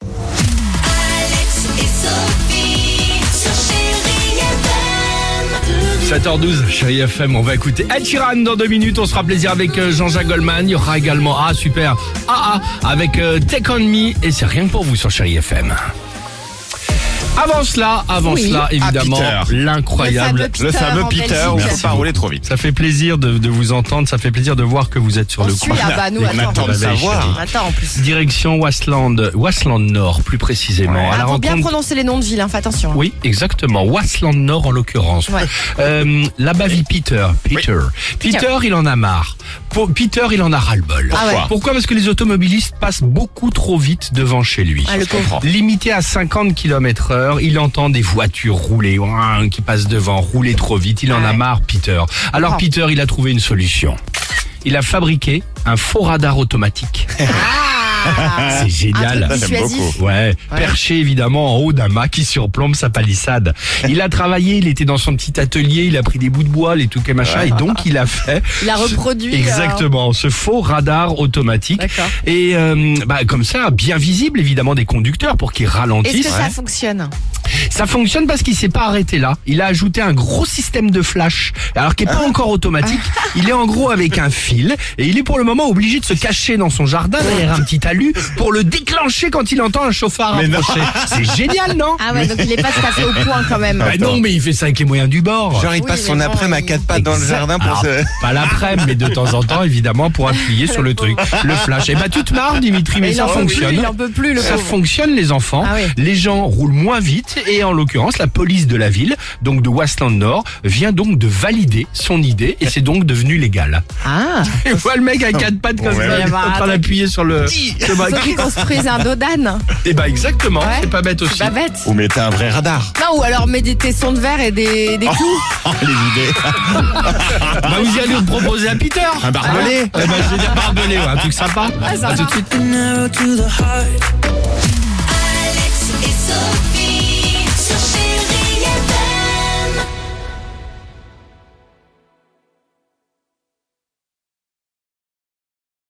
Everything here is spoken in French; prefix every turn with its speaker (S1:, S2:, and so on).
S1: Alex et Sophie sur Chérie FM.
S2: 7h12, chérie FM, on va écouter Ed Sheeran dans deux minutes. On se fera plaisir avec euh, Jean-Jacques Goldman. Il y aura également, ah super, ah ah, avec euh, Take On Me. Et c'est rien que pour vous sur chérie FM. Avant cela, avant cela, évidemment,
S3: Ah, Peter.
S2: l'incroyable.
S3: Le fameux
S4: en
S3: Peter,
S4: Belgique.
S3: on ne
S2: Merci
S3: peut pas
S2: beaucoup.
S3: rouler trop vite.
S2: Ça fait plaisir de, de vous entendre, ça fait plaisir de voir que vous êtes sur
S4: On
S2: le
S4: suit,
S2: coin.
S4: ah bah nous,
S2: Et
S4: attends.
S3: Attends de
S2: bah, bah,
S3: savoir.
S2: chérie.
S4: Attends, en plus.
S2: Direction Wasland, Wasland Nord plus précisément.
S3: Ouais.
S2: à
S4: Ah,
S2: la
S4: faut bien
S2: rencontre-
S4: prononcer les noms de villes, hein, fais attention.
S2: Oui, exactement. Wasland Nord en l'occurrence.
S4: Ouais.
S2: Euh, là-bas vit Peter. Peter. Peter. il en a marre. Po- Peter, il en a ras-le-bol.
S4: Ah ouais.
S2: Pourquoi Parce que les automobilistes passent beaucoup trop vite devant chez lui.
S4: Ah, le pauvre.
S2: Limité à 50 km heure, il entend des voitures rouler, ouin, qui passent devant, rouler trop vite. Il en
S4: Ah
S2: a
S4: ouais.
S2: marre, Peter. Alors
S4: Oh.
S2: Peter, il a trouvé une solution. Il a fabriqué un faux radar automatique.
S4: Ah
S2: C'est génial.
S4: Un truc
S3: Ça, j'aime
S4: dissuasif.
S3: beaucoup.
S2: Ouais, perché évidemment en haut d'un mât qui surplombe sa palissade. Il a travaillé, il était dans son petit atelier, il a pris des bouts de bois, les touquets machin, et donc il a fait.
S4: Il a
S2: ce-
S4: reproduit, euh,
S2: Exactement, ce faux radar automatique.
S4: D'accord.
S2: Et euh, bah, comme ça, bien visible évidemment des conducteurs pour qu'ils
S4: Est-ce que
S2: ralentissent.
S4: ça fonctionne
S2: Ça fonctionne parce qu'il s'est pas arrêté là. Il a ajouté un gros système de flash, alors qui est
S3: Ah.
S2: pas encore automatique. Il est en gros avec un fil et il est pour le moment obligé de se cacher dans son jardin derrière un petit talus pour le déclencher quand il entend un chauffard
S3: Mais non.
S2: approcher. C'est génial, non
S4: Ah ouais, donc il est pas tout à fait au point quand même.
S3: Ah,
S2: Bah non, mais il fait ça avec les moyens du bord.
S3: Genre, il
S4: Oui,
S3: passe
S4: mais
S3: son
S4: bon,
S3: après-midi à
S4: il-
S3: quatre pattes dans le
S2: Exact.
S3: jardin pour
S2: Alors,
S3: se.
S2: Pas l'après, mais de temps en temps, évidemment, pour appuyer sur le truc. Le flash. Et bah, tu te marres, Dimitri, mais
S4: il
S2: ça
S4: en peut plus,
S2: fonctionne.
S4: il en peut plus le
S2: Ça
S4: pauvre.
S2: fonctionne les enfants,
S4: Ah oui.
S2: les gens roulent moins vite et en l'occurrence la police de la ville, donc de Westland Nord, vient donc de valider son idée et c'est donc devenu légal.
S4: Ah
S2: Et voilà le mec à quatre pattes comme
S3: Ouais.
S2: ça, en train d'appuyer sur le... le bac.
S4: Ils ont qu'ils construisent un dodan.
S2: Et bah exactement,
S4: Ouais.
S2: c'est pas bête aussi.
S4: Pas bête.
S3: Ou mettez un vrai radar.
S4: Non, ou alors mets des tessons de verre et des, des clous.
S3: Oh, les idées.
S2: Bah vous allez le proposer à Peter
S3: Un barbelé.
S2: Eh bah, je vais dire barbelé, ouais, un truc sympa.
S4: Ah,
S2: À
S4: sympa.
S2: tout de suite.
S1: Alex et Sophie.